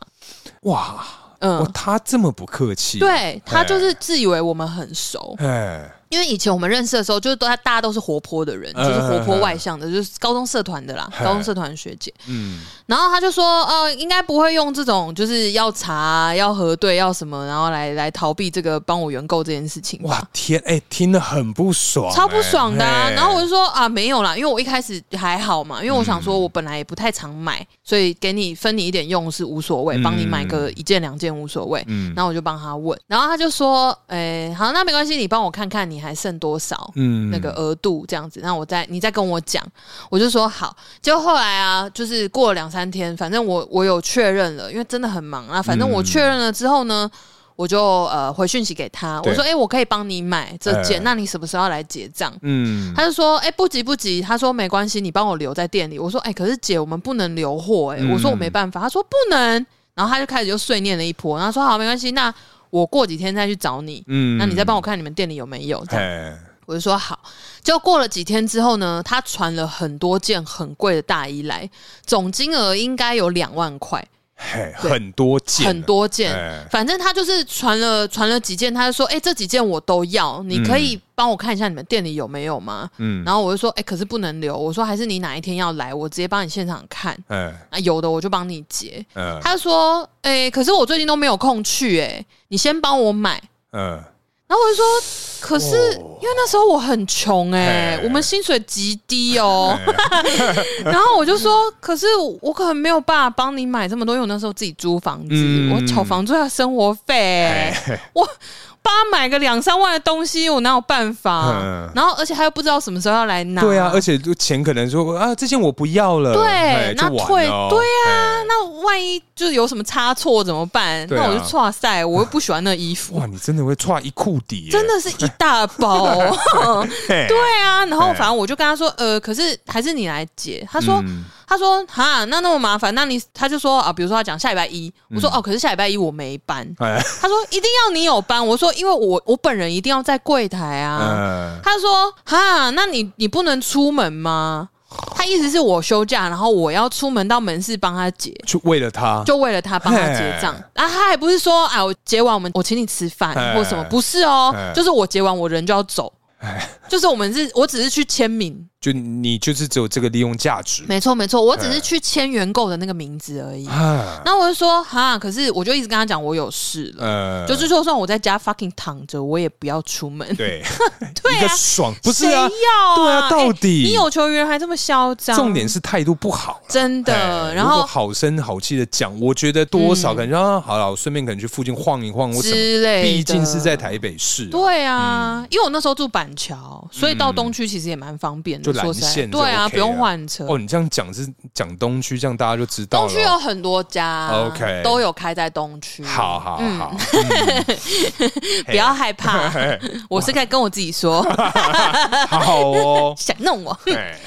哇，哇，嗯，他这么不客气，，对他就是自以为我们很熟，哎，因为以前我们认识的时候，就是都大家都是活泼的人，就是活泼外向的，就是高中社团的啦，嗯嘿高中社团学姐。嗯，然后他就说，呃，应该不会用这种就是要查、要核对、要什么，然后来来逃避这个帮我原购这件事情吧。哇，天，哎，听得很不爽，超不爽的、啊。哎然后我就说啊，没有啦，因为我一开始还好嘛，因为我想嗯说我本来也不太常买，所以给你分你一点用是无所谓，嗯帮你买个一件两件无所谓。嗯然后我就帮他问，然后他就说，诶、好，那没关系，你帮我看看你还剩多少。嗯那个额度这样子，那我再你再跟我讲，我就说好。结果后来啊，就是过了两三天，反正我我有确认了，因为真的很忙啊。反正我嗯确认了之后呢，我就呃回讯息给他，我对说哎、诶我可以帮你买这件，哎那你什么时候要来结账？嗯，他就说：“哎、不急不急。”他说：“没关系，你帮我留在店里。”我说：“哎、可是姐，我们不能留货。”哎，嗯我说我没办法。他说：“不能。”然后他就开始就碎念了一波，然后说：“好，没关系，那我过几天再去找你。”嗯那你再帮我看你们店里有没有？这样哎，我就说好。就过了几天之后呢，他传了很多件很贵的大衣来，总金额应该有两万块，嘿，对很多件，啊很多件。哎反正他就是传了传了几件，他就说：“哎、这几件我都要，你可以帮我看一下你们店里有没有吗？”嗯，然后我就说，哎、可是不能留。我说还是你哪一天要来，我直接帮你现场看。哎，啊，有的我就帮你结。嗯他说，哎、可是我最近都没有空去、哎，你先帮我买。嗯，然后我就说，可是、哦因为那时候我很穷、哎嘿，我们薪水极低哦。 [LAUGHS] 然后我就说，可是我可能没有办法帮你买这么多，因为我那时候自己租房子，嗯我缴房租要生活费、哎我。帮他买个两三万的东西，我哪有办法？嗯然后，而且他又不知道什么时候要来拿。对啊，而且就钱可能说啊，这件我不要了，对哎，那就完退了对啊，哎那万一就是有什么差错怎么办？对啊那我就错赛，我又不喜欢那衣服哇，，你真的会歘一裤底耶，真的是一大包。 [LAUGHS] 嘿，对啊，然后哎反正我就跟他说，呃，可是还是你来解。他说，嗯他说哈，那那么麻烦，那你他就说啊，比如说他讲下礼拜一，嗯我说哦，可是下礼拜一我没班。哎，他说一定要你有班，我说因为我我本人一定要在柜台啊。嗯他说哈，那你你不能出门吗？他意思是我休假，然后我要出门到门市帮他结，就为了 [LAUGHS] 他，就为了他帮他结账嘿。啊，他还不是说啊，我结完我们我请你吃饭嘿或什么，不是哦嘿，就是我结完我人就要走，就是我们是我只是去签名，就你就是只有这个利用价值没错没错，我只是去签原购的那个名字而已。啊，那我就说哈，可是我就一直跟他讲我有事了，呃，就是就算我在家 fucking 躺着，我也不要出门。对 [LAUGHS] 对一个啊，爽，不是啊谁？要对啊，啊，到哎底你有求于人还这么嚣张，重点是态度不好啦。真的，哎然如果后好声好气的讲，我觉得多少可能说、啊好了，我顺便可能去附近晃一晃或什么，之类的，毕竟是在台北市啊、对啊，因为我那时候住板桥，所以到东区其实也蛮方便的。嗯就蓝说实在线就对啊， OK 不用换车。哦，你这样讲是讲东区，这样大家就知道东区哦了。有很多家 OK 都有开在东区。好，好好，嗯嗯不要害 [LAUGHS] 怕，我是在跟我自己说，。好 [LAUGHS] 哦想弄我。哎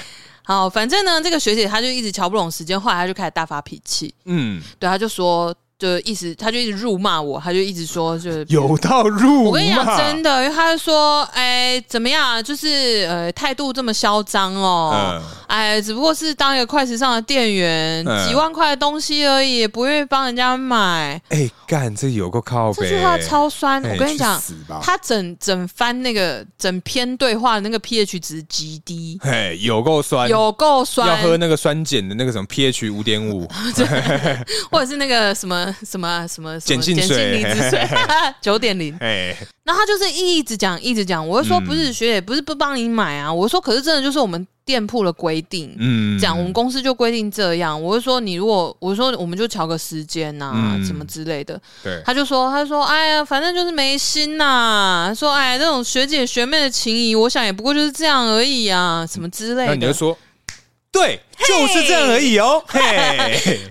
好，反正呢，这个学姐她就一直瞧不拢时间，后来她就开始大发脾气，嗯，对，她就说，就意思，她就一直辱骂我，她就一直说，就是有到入我跟你讲嘛，真的，因为他就说，哎、怎么样啊？就是呃，态度这么嚣张哦嗯，哎、只不过是当一个快时尚的店员，嗯几万块的东西而已，也不愿意帮人家 [LAUGHS] 买。哎，干这有个靠这背，句话超酸，哎我跟你讲去死吧，他整整番那个整篇对话的那个 pH 值极 [LAUGHS] 低，哎，有够酸，有够要酸，喝那个酸碱的那个什么 pH 五点五，或者是那个什么什么什么什么碱性水离子 [LAUGHS] 水九点零。哎，那他就是一直讲，一直讲。我就说嗯不是学姐，不是不帮你买啊。我说可是真的就是我们店铺的规定，嗯，讲、我们公司就规定这样。我就说你如果我说我们就调个时间呐、嗯什么之类的。对，他就说他就说哎呀，反正就是没心呐、他说哎，这种学姐学妹的情谊，我想也不过就是这样而已啊，什么之类那的。你就说，对，就是这样而 [LAUGHS] 已哦，嘿，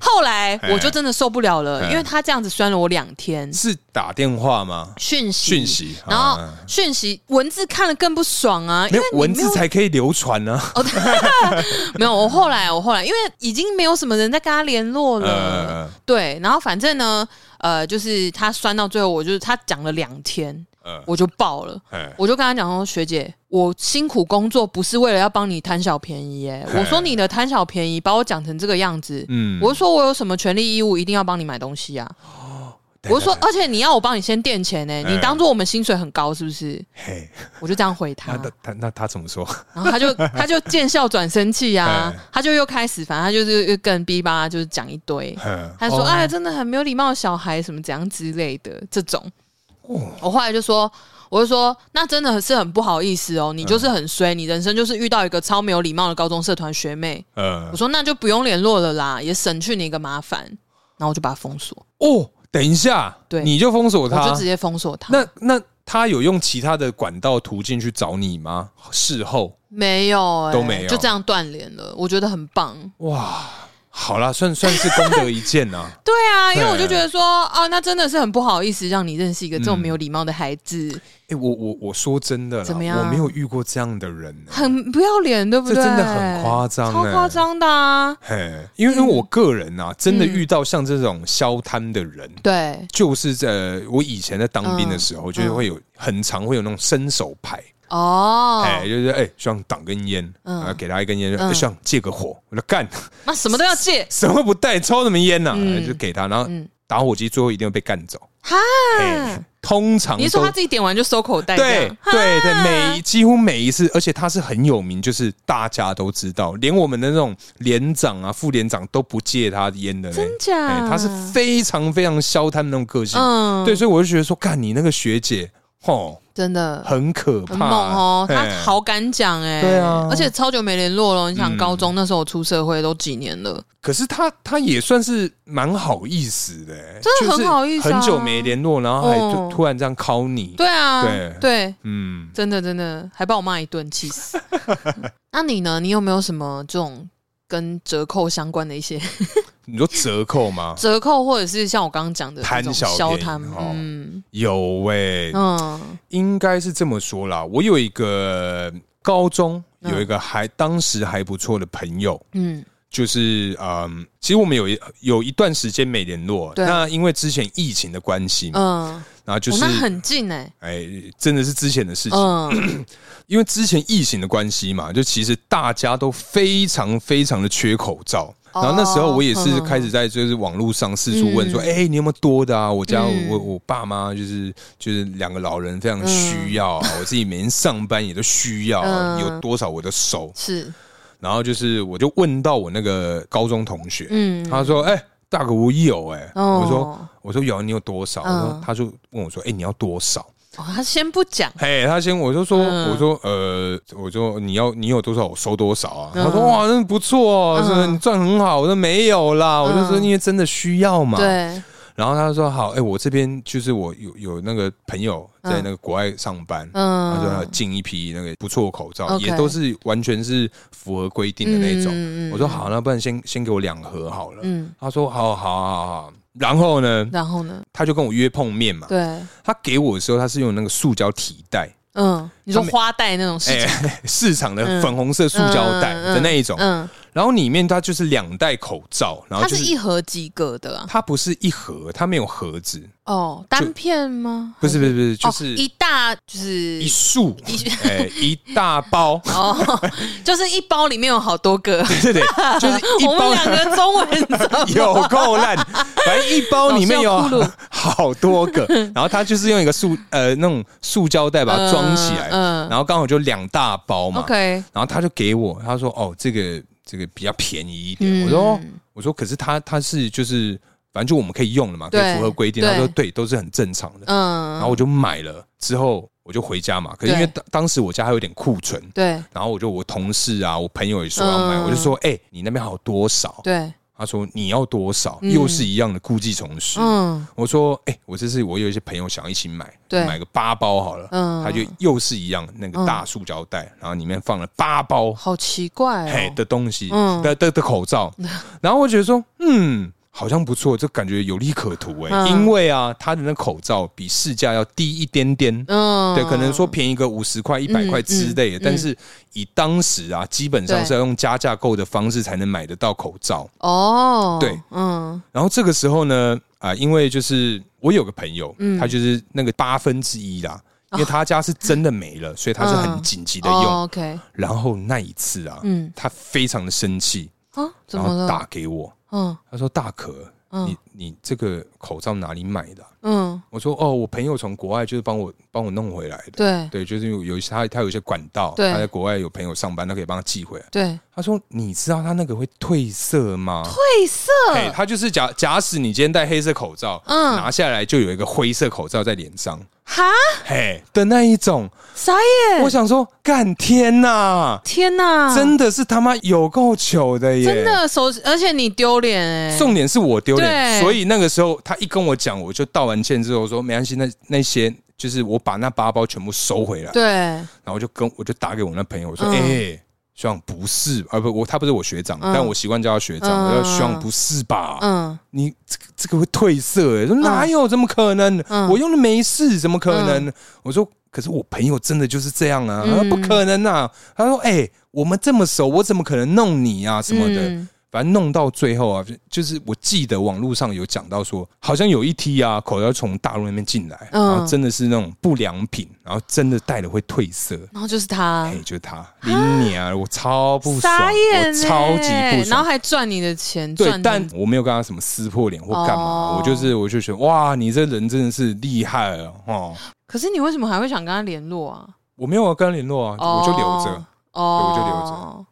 后来哎我就真的受不了了，哎因为他这样子酸了我两天。是打电话吗？讯息，讯息然后啊讯息文字看了更不爽啊，因没为有你文没字有才可以流传啊呢， [LAUGHS] 哦，对 [LAUGHS] 没有，我后来我后来，因为已经没有什么人在跟他联络了，呃对，然后反正呢，呃，就是他酸到最后，我就是他讲了两天，呃，我就爆了。哎，我就跟他讲说，学姐，我辛苦工作不是为了要帮你贪小便宜、 [LAUGHS] 耶。嘿我说你的贪小便宜把我讲成这个样子，嗯我就说我有什么权利义务一定要帮你买东西啊？哦我就说，而且你要我帮你先垫钱呢、你嗯当做我们薪水很高是不是？嘿，我就这样回他那。他他那他怎么 [LAUGHS] 说？然后他 [LAUGHS] 就他就见笑转生气呀、啊哎，他就又开始，反正他就是又更逼吧，就是讲一堆。他他就说：“哎，真的很没有礼貌，小孩什么怎样之类的这种。”哦我后来就说：“我就说，那真的是很不好意思哦，你就是很衰，你人生就是遇到一个超没有礼貌的高中社团学妹。”呃我，说：“那就不用联络了啦，也省去你一个麻烦。”然后我就把他封锁，哦，等一下，对你就封锁我就他直，接封锁他。那那他有用其他的管道途径去找你吗？事后没有、哎都没有就这样断联了。我觉得很棒。哇，好啦，算算是功德一件呐、 [LAUGHS] 对啊，因为对我就觉得说，啊，那真的是很不好意思，让你认识一个这种没有礼貌的孩子，哎、我我我说真的啦，怎么样我没有遇过这样的人、呢。很不要脸，哦对不对？这真的很夸张超欸夸张的啊！嘿，因为因为我个人呐、真的遇到像这种消摊的人。嗯对，就是在我以前在当兵的时候，就是会有很常会有那种伸手牌，哦，哎、就是哎，希望挡根烟，嗯然后给他一根烟，哎嗯希望借个火，我说干， [LAUGHS] 那什么都要戒，什么不带，抽什么烟呐、哎嗯就给他，然后嗯打火机最后一定会被干走。哈哎通常你是说他都自己点完就收口袋这对样？对对，每几乎每一次，而且他是很有名，就是大家都知道，连我们的那种连长啊、副连长都不借他烟的那真假哎他是非常非常消他们那种个性。嗯对，，所以我就觉得说，干你那个学姐，吼，真的很可怕，很猛哦，他哎好敢讲哎，对啊而且超久没联络了。你想，嗯高中那时候我出社会都几年了，可是他他也算是蛮好意思的、欸，真的很好意思啊就是很久没联络，然后还哦突突然这样 call 你，对啊对，对，嗯，真的真的，还把我骂一顿，气 [LAUGHS] 死。那你呢？你有没有什么这种跟折扣相关的一 [LAUGHS] 些？你说折扣吗折扣，或者是像我刚刚讲的贪这种小便宜消摊？哦嗯有哎喂、嗯应该是这么说啦。我有一个高中嗯有一个还当时还不错的朋友，嗯就是嗯，其实我们有一有一段时间没联络，对那因为之前疫情的关系嘛，嗯，然后就哦是那很近哎，哎、真的是之前的事情。嗯因为之前疫情的关系嘛，就其实大家都非常非常的缺口罩。哦然后那时候我也呵是呵开始在就是网络上四处嗯问说，哎、你有没有多的啊？我家我我我爸妈就是就是两个老人非常需要啊，我自己每天上班也都需要啊、嗯有多少我都收。是，然后就是我就问到我那个高中同学，嗯，他说，哎、大哥我有哎、哦我说我说有啊，你有多少？我嗯说他就问我说，哎、你要多少？哦他先不讲，嘿，他先我就说，嗯我说呃，我说你要你有多少，我收多少啊？嗯他说哇，那不错、哦，嗯是不是你赚很好。我说没有啦，我就说因为真的需要嘛。对，然后他说好，哎、我这边就是我有有那个朋友在那个国外上班。他说要嗯，进一批那个不错的口罩 OK 也都是完全是符合规定的那种。嗯我说，好，那不然先先给我两盒好了。嗯嗯，他说好好好好。然后呢，然后呢？他就跟我约碰面嘛。对，他给我的时候，他是用那个塑胶提袋，嗯，你说他们花带那种事哎、情，市场的粉红色塑胶袋嗯嗯嗯嗯的那一种，嗯，然后里面它就是两袋口罩，然后它就是是一盒几个的啊？它不是一盒，它没有盒子，哦，单片吗？不是不是不是，就哦，是一大就是一束，哎、一大 [LAUGHS] 包，哦， [LAUGHS] 就是一包里面有好多个，对对， [LAUGHS] 就是一我们包两个中文怎么有够烂，反正一包里面有老师要哭了好多个，然后它就是用一个塑呃那种塑胶袋把它 [LAUGHS] 装起来，嗯嗯然后刚好就两大包嘛， ？OK，然后他就给我，他说：“哦，这个这个比较便宜一点。嗯我说哦：“我说可是他他是就是反正就我们可以用的嘛，可对以符合规定。”对他说：“对，都是很正常的。嗯，然后我就买了，之后我就回家嘛。可是因为对当当时我家还有点库存，对然后我就我同事啊，我朋友也说要买，嗯我就说：“哎、你那边还有多少对，？”他说：“你要多少？”嗯又是一样的故技重施。嗯我说：“哎、我这次我有一些朋友想要一起买，对买个八包好了。嗯，他就又是一样那个大塑胶袋，然后里面放了八包好奇怪嘿哦，的东西，嗯的的的口 [LAUGHS] 罩，然后我觉得说，嗯，好像不错，这感觉有利可图哎、嗯因为啊，它的那口罩比市价要低一点点，嗯，对，可能说便宜个五十块、一百块之类的，嗯嗯但是以当时啊，基本上对是要用加价购的方式才能买得到口罩。哦，对，嗯然后这个时候呢，啊、因为就是我有个朋友，嗯他就是那个八分之一啦。因为他家是真的没了，所以他是很嗯紧急的用。哦，OK，然后那一次啊，嗯他非常的生气，啊，怎然么后了？打给我，嗯他说：“大可，嗯你你这个口罩哪里买的啊、嗯，我说：“哦，我朋友从国外就是帮我帮我弄回来的。对对，就是有有一些他他有一些管道，对他在国外有朋友上班，他可以帮他寄回来。对，他说：“你知道他那个会褪色吗？褪色，嘿他就是假假使你今天戴黑色口罩，嗯拿下来就有一个灰色口罩在脸上，哈，嘿的那一种。啥耶？我想说，干天呐、天哪，真的是他妈有够糗的耶！真的手，而且你丢脸哎，重点是我丢脸，对所以那个时候他一跟我讲，我就道完歉之后说没关系，那那些就是我把那八包全部收回来，对，然后我就跟我就打给我那朋友我说，嗯哎、学长不是，啊不，我他不是我学长，嗯但我习惯叫他学长。嗯我说学长不是吧？嗯你这个这个会褪色、欸，说哪有，怎么可能？嗯我用的没事，怎么可能？我说。可是我朋友真的就是这样啊，他说嗯不可能啊！他说：“哎、我们这么熟，我怎么可能弄你啊什么的？”嗯反正弄到最后啊，就就是我记得网络上有讲到说，好像有一批啊口罩从大陆那边进来，嗯然后真的是那种不良品，然后真的戴了会褪色。然后就是他哎、。就是他，林你啊，我超不爽，傻眼我呢，超级不然后爽。还赚你的钱，对赚，你但我没有跟他什么撕破脸或干嘛，哦我就是我就觉得哇，你这人真的是厉害了哦！可是你为什么还会想跟他联络啊？我没有跟他联络啊，我就留着。哦，对我就留着。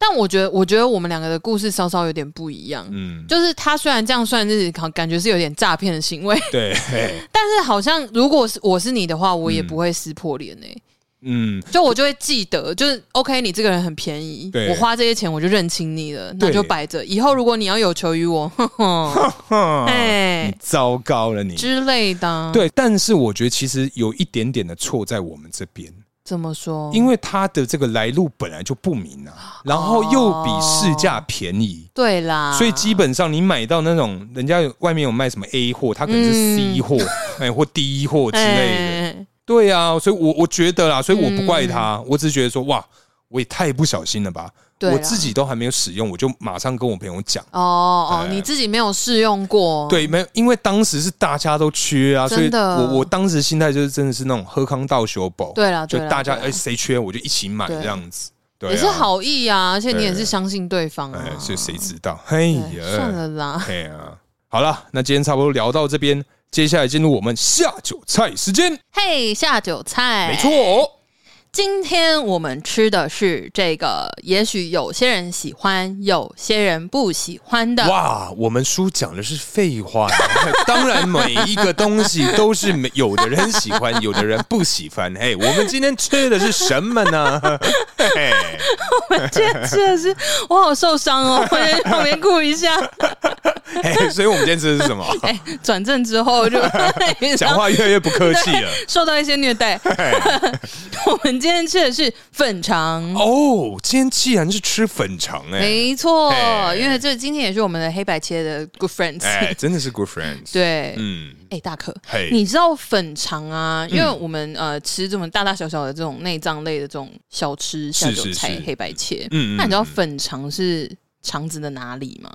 但我觉得，我觉得我们两个的故事稍稍有点不一样。嗯，就是他虽然这样算是好，感觉是有点诈骗的行为，对， [LAUGHS] 嘿但是好像如果是我是你的话，我也嗯不会撕破脸诶、嗯，就我就会记得，就是 OK，你这个人很便宜对，我花这些钱我就认清你了，那对就摆着，以后如果你要有求于 [LAUGHS] 我， [LAUGHS] 哼哼，哼哎你糟糕了你。之类的啊，嗯对，但是我觉得其实有一点点的错在我们这边，怎么说？因为它的这个来路本来就不明哦啊，然后又比市价便宜，对啦，所以基本上你买到那种人家有外面有卖什么 A 货，它可能是 C [LAUGHS] 货，哎、或 D 货之类的。嗯哎对啊，所以我我觉得啦，所以我不怪他，我只是觉得说哇，我也太不小心了吧。嗯对啦我自己都还没有使用，我就马上跟我朋友讲。哦哦，哎你自己没有试用过，，对，没有，因为当时是大家都缺啊，所以真的我我当时心态就是真的是那种喝康到修补，对啦就啊对啦大家对啦哎谁缺我就一起买对这样子，对、啊，也是，好意啊，而且你也对是相信对方哎啊，，所以谁知道？嘿对呀，算 [LAUGHS] 了啦，哎呀，好了，那今天差不多聊到这边，接下来进入我们下酒菜时间，嘿，下酒菜，没错。今天我们吃的是这个，也许有些人喜欢，有些人不喜欢 [LAUGHS] 的。哇，我们书讲的是废话，当然每一个东西都是没有的人喜欢，有的人不喜欢。嘿，我们今天吃的是什么呢？ [LAUGHS] 嘿，今天吃的是，我好受伤哦，我先去旁边顾一下。嘿所以我们今天吃的是什么？哎、转正之后就 [LAUGHS] 讲话越来越不客气了。受到一些虐待。 [LAUGHS] 我们今天吃的是粉肠。哦，今天既然是吃粉肠，哎，没错哎，因为这今天也是我们的黑白切的 good friends。哎，真的是 good [LAUGHS] friends。对，嗯，哎、大可嘿你知道粉肠啊？因为我们、呃吃这种大大小小的这种内脏类的这种小吃、下是酒是菜、是黑白切，嗯嗯那你知嗯道粉肠是肠子的哪里吗？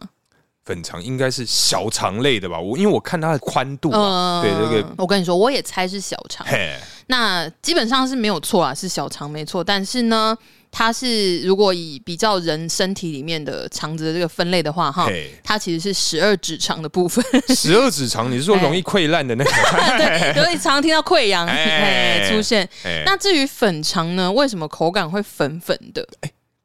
粉肠应该是小肠类的吧？我因为我看它的宽度哦嘛，对这个，呃我跟你说，我也猜是小肠。嘿，那基本上是没有错啊，是小肠没错。但是呢，它是如果以比较人身体里面的肠子的这个分类的话，哈嘿，它其实是十二指肠的部 [LAUGHS] 分。十二 [LAUGHS] 指肠，你是说容易溃烂的那个？对，所以常听到溃疡哎哎出现。[LAUGHS] 嘿那至于粉肠呢，为什么口感会粉粉的？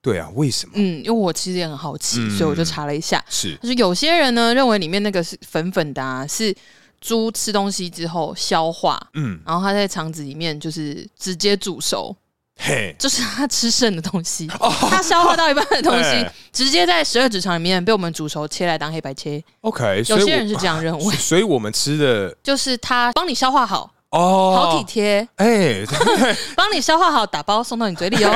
对啊，为什么？嗯，因为我其实也很好奇，嗯所以我就查了一下，是就是有些人呢认为里面那个是粉粉的、啊，是猪吃东西之后消化，嗯，然后它在肠子里面就是直接煮熟，嘿，就是它吃剩的东 [LAUGHS] 西，哦它消化到一半的东西哎，直接在十二指肠里面被我们煮熟切来当黑白切。 OK，所有以些人我，是这样认为 [LAUGHS] 所以我们吃的就是它帮你消化好，哦，好体贴，哎， [LAUGHS] 帮你消化好，打包送到你嘴里哦。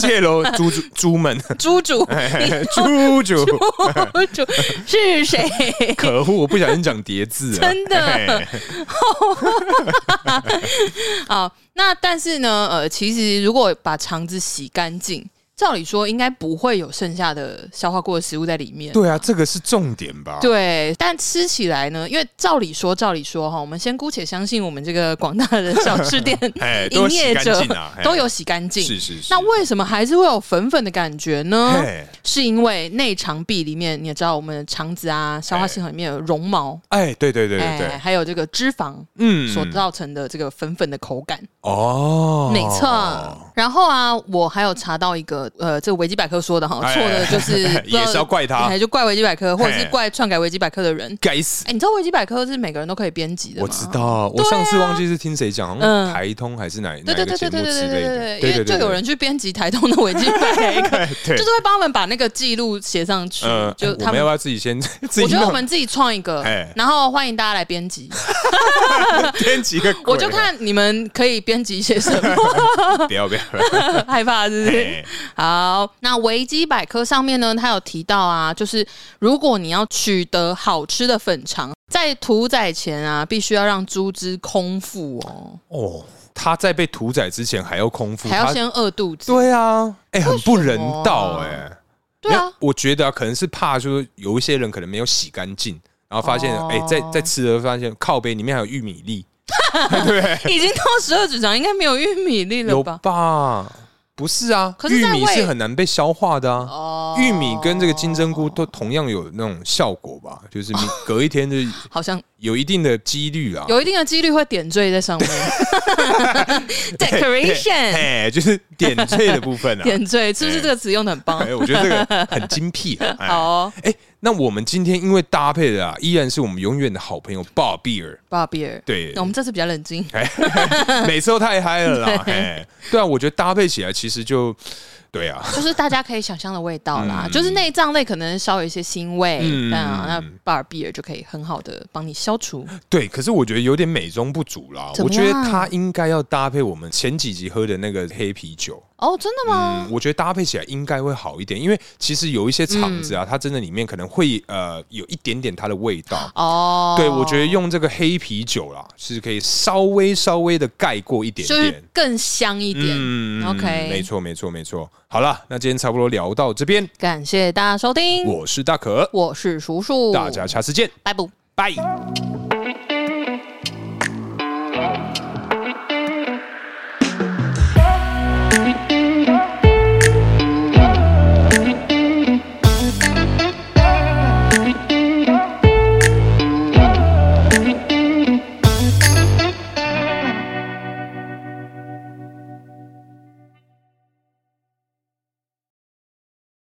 谢喽，[LAUGHS] 猪猪猪们，猪主，哎你猪猪，猪主是谁？ [LAUGHS] 可恶，我不小心讲叠字啊了，真的 [LAUGHS] 嘿好，那但是呢，呃，其实如果把肠子洗干净，照理说应该不会有剩下的消化过的食物在里面。对啊，这个是重点吧？对，但吃起来呢，因为照理说，照理说哈，我们先姑且相信我们这个广大的小吃店 [LAUGHS] [LAUGHS] 哎都有营洗业干者净啊 [LAUGHS] 嘿都有洗干净。是是是，那为什么还是会有粉粉的感觉呢？嘿，是因为内肠壁里面，你也知道我们的肠子啊、消化系统里面有绒毛，哎，对对对对哎，对，还有这个脂肪嗯所造成的这个粉粉的口感。哦，没错。然后啊，我还有查到一个，呃，这个维基百科说的哈，哎错的就是也是要不知道怪他哎就怪维基百科，或者嘿是怪篡改维基百科的人。该死哎、！你知道维基百科是每个人都可以编辑的吗？我知。道，我上次忘记是听谁讲，好像嗯台通还是哪对哪对一个对节对目对对之对类对的，对，因为就有人去编辑台东的维基百科， [LAUGHS] [LAUGHS] 对就是会帮我们把那个记录写上去呃，，就我他们们要不。要自己先自我觉己得我弄们自己创一个哎，然后欢迎大家来编 [LAUGHS] 辑。编几个鬼啊？我就看你们可以编辑些什么， [LAUGHS] 不要不要，不要害怕是不是？哎好，那维基百科上面呢，它有提到啊，就是如果你要取得好吃的粉肠，在屠宰前啊，必须要让猪只空腹哦，哦，他在被屠宰之前还要空腹，还要他先饿肚子。对啊，哎，很不人道为什么哎。对没啊有，我觉得啊，可能是怕就是有一些人可能没有洗干净，然后发现哦哎，在在吃的时候发现靠背里面还有玉米粒，已经到十二指肠，应该没有玉米粒了有吧？吧？不是啊，可是玉在米胃是很难被消化的啊。哦玉米跟这个金针菇都同样有那种效果吧，就是你隔一天就好像有一定的几率啦。哦有一定的几率会点缀在上 [LAUGHS] 面，decoration 哎，就是点缀的部分 [LAUGHS] 啊。点缀，是不是这个词用的很棒？哎，我觉得这个很 [LAUGHS] 精辟啊。哎好、哦，哎，那我们今天因为搭配的啊，依然是我们永远的好朋友鲍比尔。鲍比尔，对我们这次比较冷静。哎， [LAUGHS] 每次都太嗨了啦。哎，对啊，我觉得搭配起来其实就对啊， [LAUGHS] 就是大家可以想象的味道啦，嗯就是内脏类可能稍有一些腥味，嗯但啊，那巴尔比尔就可以很好的帮你消除。对。可是我觉得有点美中不足啦。怎我么觉得样它应该要搭配我们前几集喝的那个黑啤酒。嗯哦，真的吗？我觉得搭配起来应该会好一点，因为其实有一些厂嗯子啊，它真的里面可能会呃有一点点它的味道。哦，对，我觉得用这个黑啤酒啦，是可以稍微稍微的盖过一点嗯就是点。更香一点。OK 没错，没错，没错。好了，那今天差不多聊到这边，感谢大家收听，哦我是大可，我是叔叔，大家下次见，拜拜。拜。